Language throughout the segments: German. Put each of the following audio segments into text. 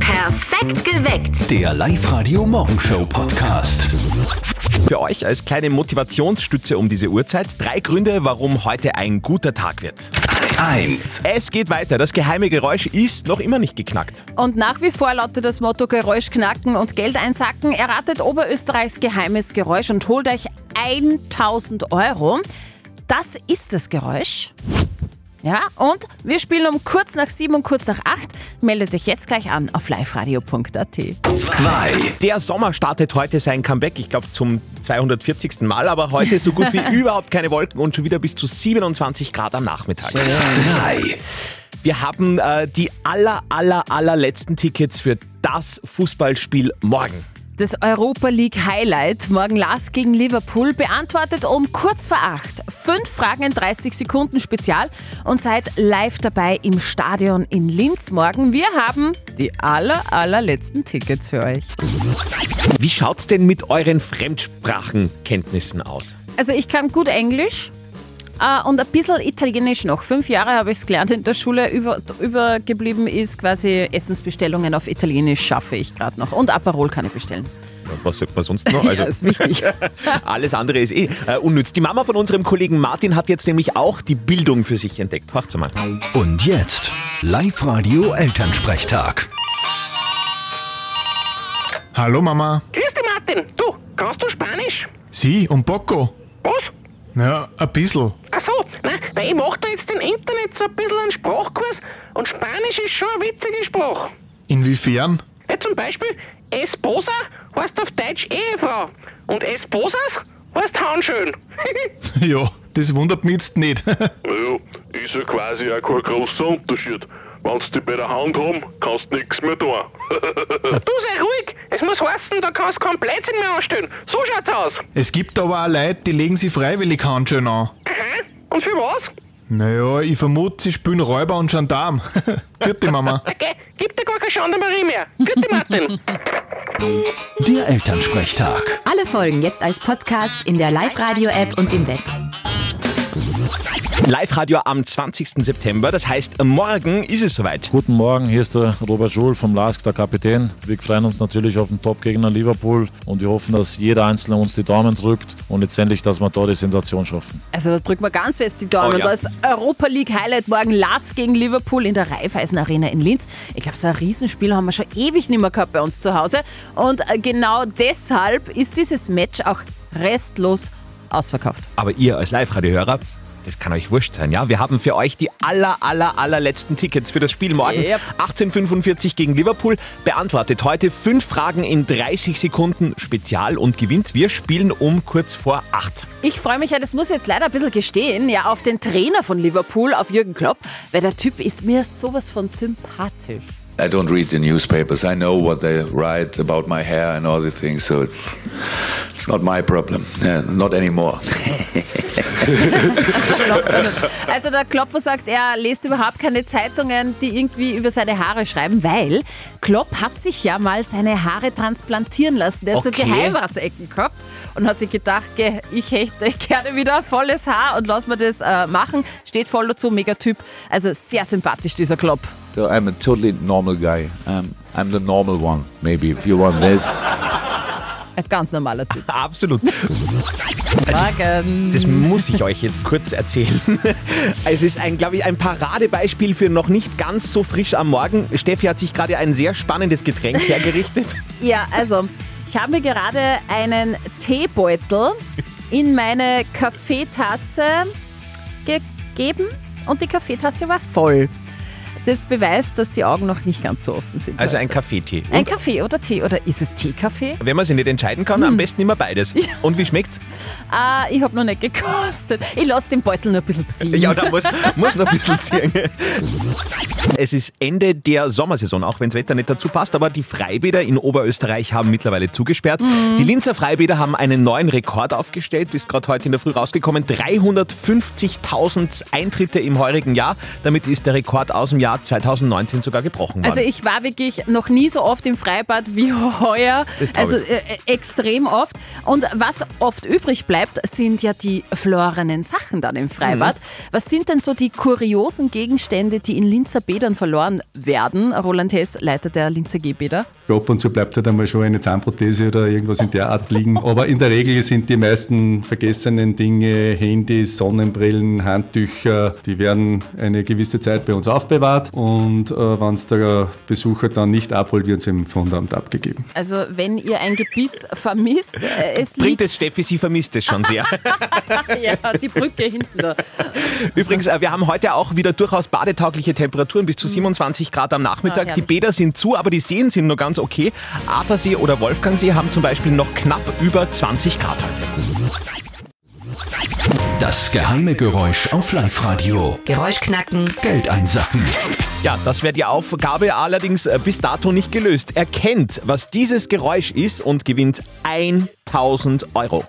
Perfekt geweckt. Der Live-Radio-Morgenshow-Podcast. Für euch als kleine Motivationsstütze um diese Uhrzeit drei Gründe, warum heute ein guter Tag wird. 1. Es geht weiter. Das geheime Geräusch ist noch immer nicht geknackt. Und nach wie vor lautet das Motto Geräusch knacken und Geld einsacken. Erratet Oberösterreichs geheimes Geräusch und holt euch 1000 Euro. Das ist das Geräusch. Ja, und wir spielen um kurz nach sieben und kurz nach acht. Meldet euch jetzt gleich an auf liveradio.at. 2. Der Sommer startet heute sein Comeback, ich glaube zum 240. Mal, aber heute so gut wie überhaupt keine Wolken und schon wieder bis zu 27 Grad am Nachmittag. 3. Wir haben äh, die aller, aller, allerletzten Tickets für das Fußballspiel morgen. Das Europa League Highlight, morgen Lars gegen Liverpool, beantwortet um kurz vor acht. Fünf Fragen in 30 Sekunden Spezial und seid live dabei im Stadion in Linz morgen. Wir haben die aller, allerletzten Tickets für euch. Wie schaut's denn mit euren Fremdsprachenkenntnissen aus? Also ich kann gut Englisch äh, und ein bisschen Italienisch noch. Fünf Jahre habe ich es gelernt in der Schule. Über, übergeblieben ist quasi Essensbestellungen auf Italienisch schaffe ich gerade noch. Und Aperol kann ich bestellen. Was sagt man sonst noch? Also ja, ist wichtig. Alles andere ist eh äh, unnütz. Die Mama von unserem Kollegen Martin hat jetzt nämlich auch die Bildung für sich entdeckt. Macht's mal. Und jetzt Live-Radio Elternsprechtag. Hallo Mama. Grüß dich, Martin. Du, kannst du Spanisch? Sie und Bocco. Was? Ja, ein bisschen. Ach so, nein, weil ich mache da jetzt im Internet so ein bisschen einen Sprachkurs und Spanisch ist schon eine witzige Sprache. Inwiefern? Ja, zum Beispiel, Esposa heißt auf Deutsch Ehefrau und Esposas heißt Handschön. Ja, das wundert mich jetzt nicht. Ja, ist ja quasi auch kein großer Unterschied. Wenn sie dich bei der Hand haben, kannst du nichts mehr tun. du sei ruhig, es muss heißen, da kannst du keinen Blödsinn mehr anstellen. So schaut's aus. es gibt aber auch Leute, die legen sie freiwillig Handschellen an. Aha. Und für was? Naja, ich vermute, sie spielen Räuber und Gendarm. Vierte Mama. Okay, gibt dir gar keine Gendarmerie mehr. Bitte, Martin. Der Elternsprechtag. Alle Folgen jetzt als Podcast in der Live-Radio-App und im Web. Live-Radio am 20. September, das heißt, morgen ist es soweit. Guten Morgen, hier ist der Robert Schul vom LASK, der Kapitän. Wir freuen uns natürlich auf den Top-Gegner Liverpool und wir hoffen, dass jeder Einzelne uns die Daumen drückt und letztendlich, dass wir da die Sensation schaffen. Also da drücken wir ganz fest die Daumen. Oh ja. Da ist Europa League Highlight morgen Lars gegen Liverpool in der Raiffeisen Arena in Linz. Ich glaube, so ein Riesenspiel haben wir schon ewig nicht mehr gehabt bei uns zu Hause. Und äh, genau deshalb ist dieses Match auch restlos ausverkauft. Aber ihr als Live-Radio-Hörer, das kann euch wurscht sein, ja? Wir haben für euch die aller, aller, allerletzten Tickets für das Spiel morgen. Yep. 1845 gegen Liverpool. Beantwortet heute fünf Fragen in 30 Sekunden Spezial und gewinnt. Wir spielen um kurz vor acht. Ich freue mich ja, das muss ich jetzt leider ein bisschen gestehen, ja, auf den Trainer von Liverpool, auf Jürgen Klopp, weil der Typ ist mir sowas von sympathisch. I don't read the newspapers. I know what they write about my hair and all these things, so it's not my problem. Yeah, not anymore. Also der Klopper sagt, er lest überhaupt keine Zeitungen, die irgendwie über seine Haare schreiben, weil Klopp hat sich ja mal seine Haare transplantieren lassen. Der hat so Okay. Geheimratsecken gehabt und hat sich gedacht, geh, ich hätte gerne wieder volles Haar und lass mir das äh, machen. Steht voll dazu, mega Typ. Also sehr sympathisch, dieser Klopp. so I'm a totally normal guy. Um, I'm the normal one, maybe, if you want this. Ein ganz normaler Typ. Absolut. Morgen. Das muss ich euch jetzt kurz erzählen. Es ist ein, glaube ich, ein Paradebeispiel für noch nicht ganz so frisch am Morgen. Steffi hat sich gerade ein sehr spannendes Getränk hergerichtet. Ja, also, ich habe mir gerade einen Teebeutel in meine Kaffeetasse gegeben und die Kaffeetasse war voll. Das beweist, dass die Augen noch nicht ganz so offen sind. Also ein heute. Kaffeetee. ein Kaffee oder Tee oder ist es Teekaffee? Wenn man sich nicht entscheiden kann, am besten immer beides. Und wie schmeckt's? Ah, ich habe noch nicht gekostet. Ich lasse den Beutel nur ein bisschen ziehen. Ja, da muss, muss noch ein bisschen ziehen. Es ist Ende der Sommersaison, auch wenn das Wetter nicht dazu passt, aber die Freibäder in Oberösterreich haben mittlerweile zugesperrt. Mhm. Die Linzer Freibäder haben einen neuen Rekord aufgestellt, ist gerade heute in der Früh rausgekommen. 350.000 Eintritte im heurigen Jahr. Damit ist der Rekord aus dem Jahr Jahr 2019 sogar gebrochen waren. Also ich war wirklich noch nie so oft im Freibad wie heuer. Das glaub Also ich. äh, äh, extrem oft. Und was oft übrig bleibt, sind ja die verlorenen Sachen dann im Freibad. Was sind denn so die kuriosen Gegenstände, die in Linzer Bädern verloren werden? Roland Hess, Leiter der Linzer G-Bäder. Ab und zu bleibt halt einmal schon eine Zahnprothese oder irgendwas in der Art liegen. Aber in der Regel sind die meisten vergessenen Dinge Handys, Sonnenbrillen, Handtücher, die werden eine gewisse Zeit bei uns aufbewahrt und äh, wenn es der Besucher dann nicht abholt, wird es im Fundamt abgegeben. Also wenn ihr ein Gebiss vermisst, äh, es Bringt liegt es, Steffi, sie vermisst es schon sehr. ja, die Brücke hinten da. Übrigens, äh, wir haben heute auch wieder durchaus badetaugliche Temperaturen, bis zu 27 Grad am Nachmittag. Mhm. Ah, die herrlich. Bäder sind zu, aber die Seen sind nur ganz okay. Attersee oder Wolfgangsee haben zum Beispiel noch knapp über 20 Grad heute. Das geheime Geräusch auf Live-Radio. Geräuschknacken. Geld einsacken. Ja, das wäre die Aufgabe allerdings äh, bis dato nicht gelöst. Erkennt, was dieses Geräusch ist und gewinnt 1000 Euro.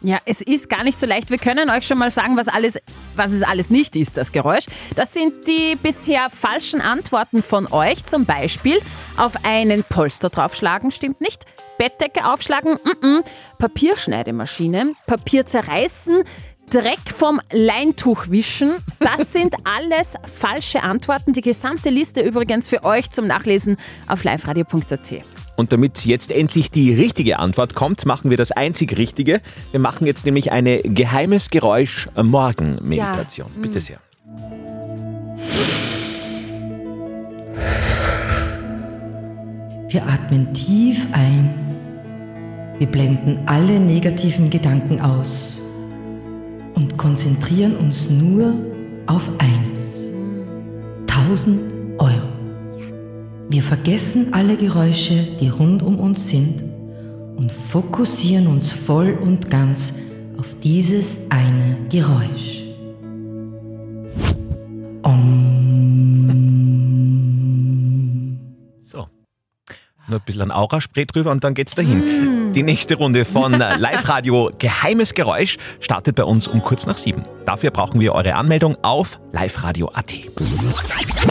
Ja, es ist gar nicht so leicht. Wir können euch schon mal sagen, was, alles, was es alles nicht ist, das Geräusch. Das sind die bisher falschen Antworten von euch. Zum Beispiel auf einen Polster draufschlagen, stimmt nicht. Bettdecke aufschlagen, mm -mm. Papierschneidemaschine, Papier zerreißen, Dreck vom Leintuch wischen. Das sind alles falsche Antworten. Die gesamte Liste übrigens für euch zum Nachlesen auf liveradio.at. Und damit jetzt endlich die richtige Antwort kommt, machen wir das einzig Richtige. Wir machen jetzt nämlich eine geheimes Geräusch Morgen Meditation. Mhm. Bitte sehr. Wir atmen tief ein. Wir blenden alle negativen Gedanken aus und konzentrieren uns nur auf eines. 1000 Euro. Wir vergessen alle Geräusche, die rund um uns sind und fokussieren uns voll und ganz auf dieses eine Geräusch. So. Nur ein bisschen ein Aura-Spray drüber und dann geht's dahin. Die nächste Runde von äh, Live Radio Geheimes Geräusch startet bei uns um kurz nach sieben. Dafür brauchen wir eure Anmeldung auf liveradio.at.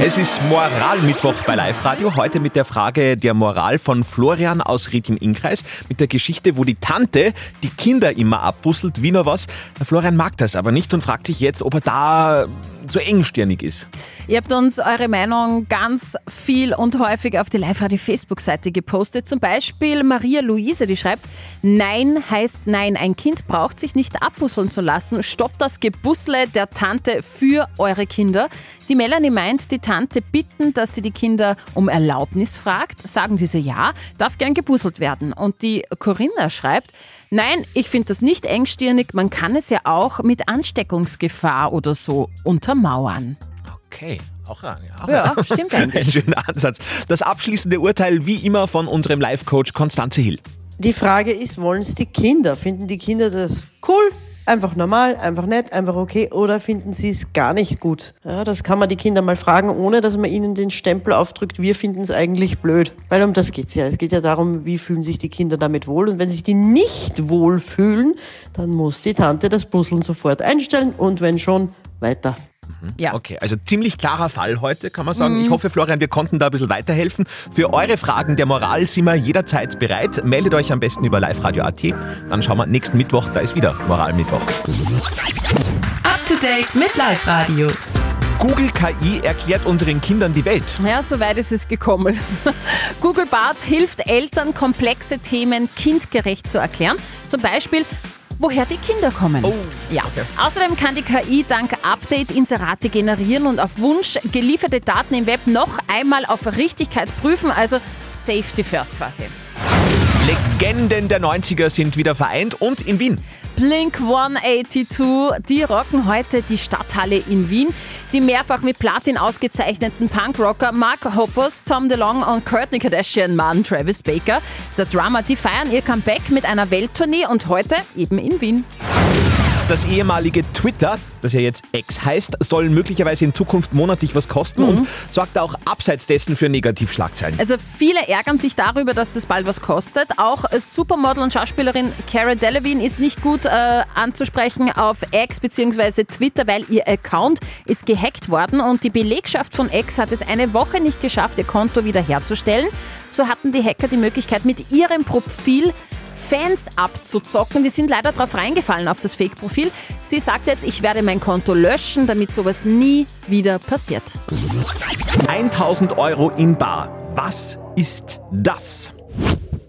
Es ist Moralmittwoch bei Live Radio. Heute mit der Frage der Moral von Florian aus Ried im Innkreis. Mit der Geschichte, wo die Tante die Kinder immer abbusselt, wie noch was. Der Florian mag das aber nicht und fragt sich jetzt, ob er da so engstirnig ist. Ihr habt uns eure Meinung ganz viel und häufig auf die Live-Radio-Facebook-Seite gepostet. Zum Beispiel Maria Luise, die schreibt, Nein heißt Nein. Ein Kind braucht sich nicht abbusseln zu lassen. Stoppt das Gebussle der Tante für eure Kinder. Die Melanie meint, die Tante bitten, dass sie die Kinder um Erlaubnis fragt. Sagen diese ja, darf gern gebusselt werden. Und die Corinna schreibt, Nein, ich finde das nicht engstirnig. Man kann es ja auch mit Ansteckungsgefahr oder so untermauern. Okay, auch an, ja. Ja, stimmt Ein eigentlich. schöner Ansatz. Das abschließende Urteil wie immer von unserem Live-Coach Konstanze Hill. Die Frage ist, wollen es die Kinder? Finden die Kinder das cool, einfach normal, einfach nett, einfach okay oder finden sie es gar nicht gut? Ja, das kann man die Kinder mal fragen, ohne dass man ihnen den Stempel aufdrückt, wir finden es eigentlich blöd. Weil um das geht's ja. Es geht ja darum, wie fühlen sich die Kinder damit wohl und wenn sich die nicht wohl fühlen, dann muss die Tante das Puzzeln sofort einstellen und wenn schon, weiter. Ja. Okay, also ziemlich klarer Fall heute, kann man sagen. Ich hoffe, Florian, wir konnten da ein bisschen weiterhelfen. Für eure Fragen der Moral sind wir jederzeit bereit. Meldet euch am besten über liveradio.at. Dann schauen wir nächsten Mittwoch, da ist wieder Moralmittwoch. Up to date mit Live Radio. Google KI erklärt unseren Kindern die Welt. Ja, so weit ist es gekommen. Google Bart hilft Eltern, komplexe Themen kindgerecht zu erklären. Zum Beispiel, woher die Kinder kommen. Oh, ja. Außerdem kann die KI dank Update Inserate generieren und auf Wunsch gelieferte Daten im Web noch einmal auf Richtigkeit prüfen. Also Safety First quasi. Legenden der 90er sind wieder vereint und in Wien. Blink 182, die rocken heute die Stadthalle in Wien. Die mehrfach mit Platin ausgezeichneten Punkrocker Mark Hoppus, Tom DeLong und Courtney Kardashian Mann Travis Baker, der Drummer, die feiern ihr Comeback mit einer Welttournee und heute eben in Wien. Das ehemalige Twitter, das ja jetzt X heißt, soll möglicherweise in Zukunft monatlich was kosten Mhm. und sorgt auch abseits dessen für Negativschlagzeilen. Also viele ärgern sich darüber, dass das bald was kostet. Auch Supermodel und Schauspielerin Cara Delevingne ist nicht gut äh, anzusprechen auf X bzw. Twitter, weil ihr Account ist gehackt worden und die Belegschaft von X hat es eine Woche nicht geschafft, ihr Konto wiederherzustellen. So hatten die Hacker die Möglichkeit, mit ihrem Profil Fans abzuzocken. Die sind leider drauf reingefallen auf das Fake-Profil. Sie sagt jetzt, ich werde mein Konto löschen, damit sowas nie wieder passiert. 1000 Euro in Bar. Was ist das?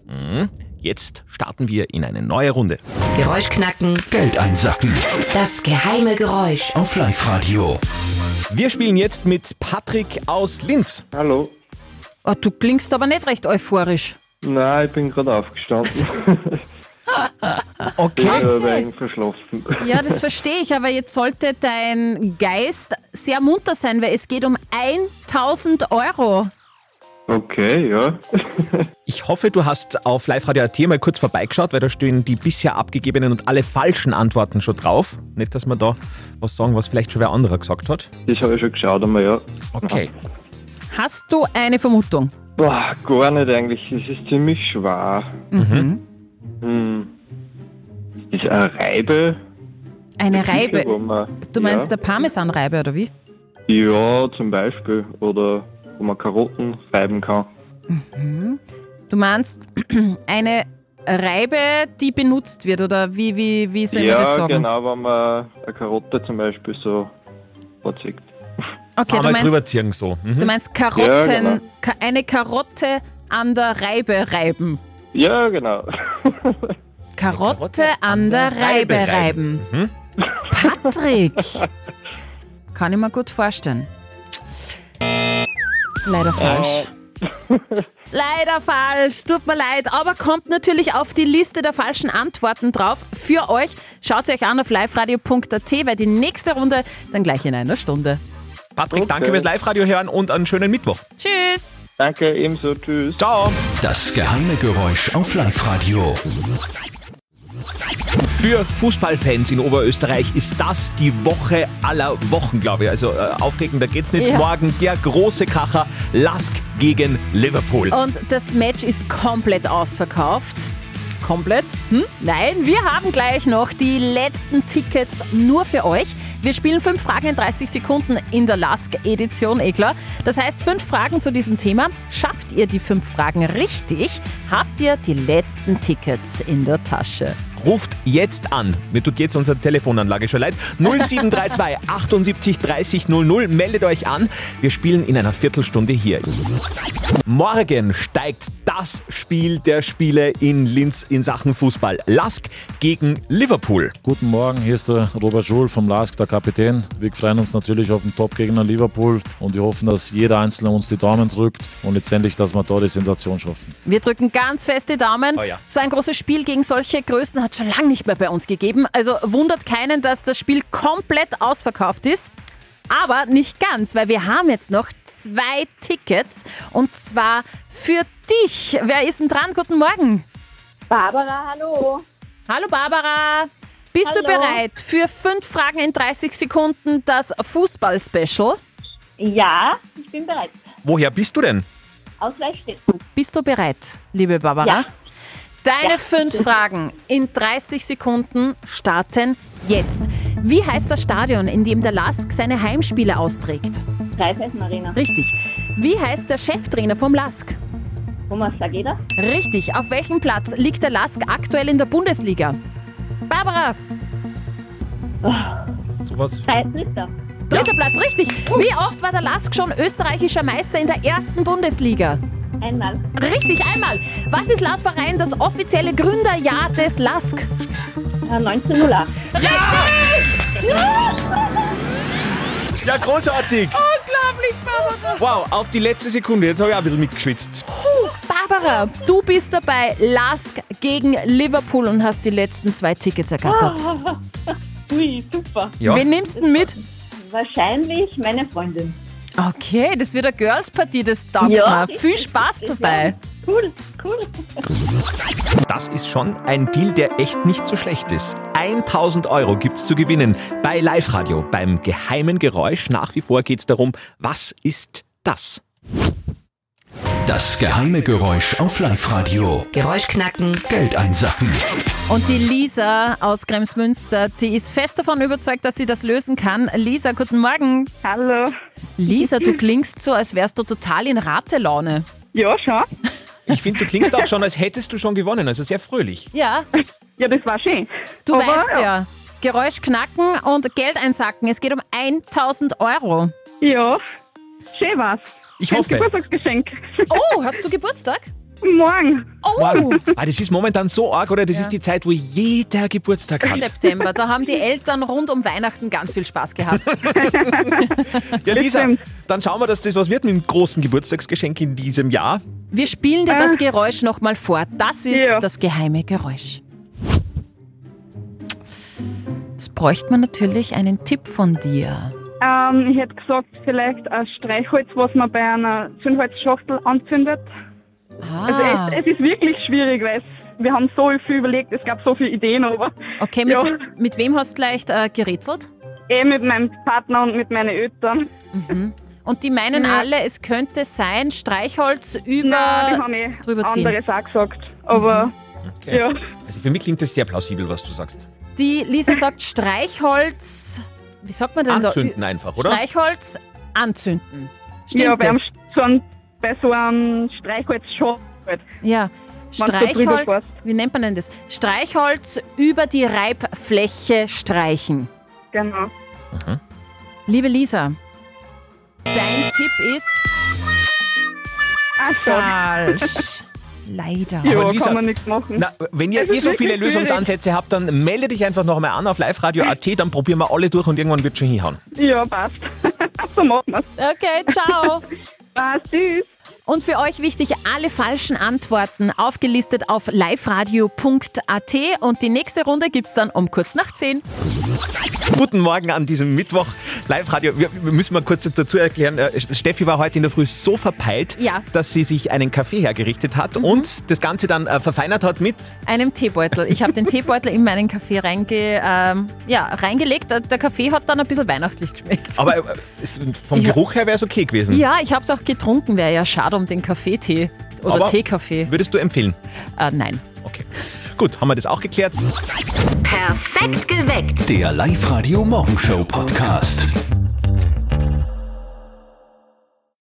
Hm, Jetzt starten wir in eine neue Runde. Geräusch knacken. Geld einsacken. Das geheime Geräusch. Auf Live-Radio. Wir spielen jetzt mit Patrick aus Linz. Hallo. Oh, du klingst aber nicht recht euphorisch. Nein, ich bin gerade aufgestanden. okay. Ich habe wegen verschlafen. Ja, das verstehe ich, aber jetzt sollte dein Geist sehr munter sein, weil es geht um 1000 Euro. Okay, ja. Ich hoffe, du hast auf live-radio.at mal kurz vorbeigeschaut, weil da stehen die bisher abgegebenen und alle falschen Antworten schon drauf. Nicht, dass wir da was sagen, was vielleicht schon wer anderer gesagt hat. Das habe ich schon geschaut einmal, ja. Okay. Hast du eine Vermutung? Boah, gar nicht eigentlich. Es ist ziemlich schwer. Mhm. Hm. Das ist eine Reibe. Eine Sicher, wo Reibe. man- Du meinst ja. der Parmesanreibe oder wie? Ja, zum Beispiel. Oder wo man Karotten reiben kann. Mhm. Du meinst eine Reibe, die benutzt wird oder wie, wie, wie soll man das ja, sagen? genau, wenn man eine Karotte zum Beispiel so verzieht. Okay, du Einmal meinst, drüberziehen so. Mhm. du meinst Karotten, Ja, genau. Ka- eine Karotte an der Reibe reiben. Ja, genau. Karotte an der Reibe reiben. Mhm. Patrick! Kann ich mir gut vorstellen. Leider falsch. Äh. Leider falsch, tut mir leid, aber kommt natürlich auf die Liste der falschen Antworten drauf für euch. Schaut euch an auf liveradio.at, weil die nächste Runde dann gleich in einer Stunde. Patrick, danke fürs Live-Radio hören und einen schönen Mittwoch. Tschüss! Danke, ebenso. Tschüss. Ciao. Das geheime Geräusch auf Live-Radio. Für Fußballfans in Oberösterreich ist das die Woche aller Wochen, glaube ich. Also äh, aufregender geht's nicht. Ja. Morgen der große Kracher Lask gegen Liverpool. Und das Match ist komplett ausverkauft. Komplett? Hm? Nein, wir haben gleich noch die letzten Tickets nur für euch. Wir spielen fünf Fragen in 30 Sekunden in der Lask-Edition, Eklar. Das heißt, fünf Fragen zu diesem Thema. Schafft ihr die fünf Fragen richtig, habt ihr die letzten Tickets in der Tasche. Ruft jetzt an. Mir tut jetzt unsere Telefonanlage schon leid. 0732 78 30 00. Meldet euch an. Wir spielen in einer Viertelstunde hier. Morgen steigt das Spiel der Spiele in Linz in Sachen Fußball. Lask gegen Liverpool. Guten Morgen, hier ist der Robert Schul vom LASK, der Kapitän. Wir freuen uns natürlich auf den Top-Gegner Liverpool und wir hoffen, dass jeder Einzelne uns die Daumen drückt und letztendlich, dass wir da die Sensation schaffen. Wir drücken ganz fest die Daumen. Oh ja. So ein großes Spiel gegen solche Größen hat schon lange nicht mehr bei uns gegeben. Also wundert keinen, dass das Spiel komplett ausverkauft ist. Aber nicht ganz, weil wir haben jetzt noch zwei Tickets. Und zwar für dich. Wer ist denn dran? Guten Morgen. Barbara, hallo. Hallo Barbara. Bist du Hallo. bereit für fünf Fragen in 30 Sekunden das Fußball-Special? Ja, ich bin bereit. Woher bist du denn? Aus Leibstedt. Bist du bereit, liebe Barbara? Ja. Deine fünf Fragen in 30 Sekunden starten jetzt. Wie heißt das Stadion, in dem der Lask seine Heimspiele austrägt? Dreifeld Marina. Richtig. Wie heißt der Cheftrainer vom Lask? Thomas Sageda. Richtig. Auf welchem Platz liegt der Lask aktuell in der Bundesliga? Barbara, Sowas. Dritter. dritter Platz, richtig. Wie oft war der Lask schon österreichischer Meister in der ersten Bundesliga? Einmal. Richtig, einmal. Was ist laut Verein das offizielle Gründerjahr des Lask? 1908. Ja, großartig. Unglaublich, Barbara. Wow, auf die letzte Sekunde. Jetzt habe ich auch ein bisschen mitgeschwitzt. Puh, Barbara, du bist dabei. Lask gegen Liverpool und hast die letzten zwei Tickets ergattert. Ui, super. Ja. Wen nimmst du denn mit? Wahrscheinlich meine Freundin. Okay, das wird eine Girls-Partie, das taugt Ja. mir. Viel Spaß dabei. Cool, cool. Das ist schon ein Deal, der echt nicht so schlecht ist. 1000 Euro gibt's zu gewinnen bei Live Radio. Beim geheimen Geräusch nach wie vor geht's darum, was ist das? Das geheime Geräusch auf Live-Radio. Geräuschknacken. Geld einsacken. Und die Lisa aus Kremsmünster, die ist fest davon überzeugt, dass sie das lösen kann. Lisa, guten Morgen. Hallo. Lisa, du klingst so, als wärst du total in Ratelaune. Ja, schon. Ich finde, du klingst auch schon, als hättest du schon gewonnen, also sehr fröhlich. Ja. Ja, das war schön. Du Aber, weißt ja. ja. Geräusch knacken und Geld einsacken. Es geht um 1000 Euro. Ja, schön war's. Ich hoffe. Geburtstagsgeschenk. Oh, hast du Geburtstag? Morgen. Oh, Ah, das ist momentan so arg, oder? Das ist die Zeit, wo jeder Geburtstag hat. September. Da haben die Eltern rund um Weihnachten ganz viel Spaß gehabt. Ja, Lisa, dann schauen wir, dass das was wird mit dem großen Geburtstagsgeschenk in diesem Jahr. Wir spielen dir Äh. das Geräusch nochmal vor. Das ist Ja. das geheime Geräusch. Jetzt bräuchte man natürlich einen Tipp von dir. Ähm, ich hätte gesagt, vielleicht ein Streichholz, was man bei einer Zündholzschachtel anzündet. Ah. Also es, es ist wirklich schwierig, weil es, wir haben so viel überlegt, es gab so viele Ideen, aber Okay, mit, Ja. mit wem hast du leicht äh, gerätselt? eh mit meinem Partner und mit meinen Eltern. Und die meinen Ja. alle, es könnte sein, Streichholz über Nein, die haben eh drüber ziehen. anderes auch gesagt, aber ja. Also für mich klingt das sehr plausibel, was du sagst. Die Lisa sagt Streichholz. Wie sagt man denn Anzünden da? einfach, oder? Streichholz anzünden. Stimmt ja, bei, einem, das? Sch- so einem- bei so einem Streichholzschachtel. halt. Ja. Wenn du drüber Streichholz. Wie nennt man denn das? Streichholz über die Reibfläche streichen. Genau. Liebe Lisa, dein Tipp ist Ah, falsch. Leider. Aber Lisa, Na, wenn ihr Es ist eh so viele wirklich Lösungsansätze habt, dann melde dich einfach nochmal an auf liveradio.at, dann probieren wir alle durch und irgendwann wird schon hinhauen. Ja, passt. so machen wir's. Okay, ciao. passt, tschüss. Und für euch wichtig, alle falschen Antworten aufgelistet auf liveradio.at und die nächste Runde gibt's dann um kurz nach 10. Guten Morgen an diesem Mittwoch. Live-Radio, wir wir müssen mal kurz dazu erklären, äh, Steffi war heute in der Früh so verpeilt, Ja. Mhm. dass sie sich einen Kaffee hergerichtet hat und das Ganze dann äh, verfeinert hat mit... Einem Teebeutel. Ich habe den Teebeutel in meinen Kaffee reinge, ähm, ja, reingelegt. Der Kaffee hat dann ein bisschen weihnachtlich geschmeckt. Aber äh, es- vom Ja. Geruch her wäre es okay gewesen. Ja, ich habe es auch getrunken. Wäre ja schade um den Kaffeetee oder Aber Teekaffee. Würdest du empfehlen? Äh, nein. Okay. Gut, haben wir das auch geklärt. Perfekt geweckt. Der Live-Radio Morgenshow Podcast.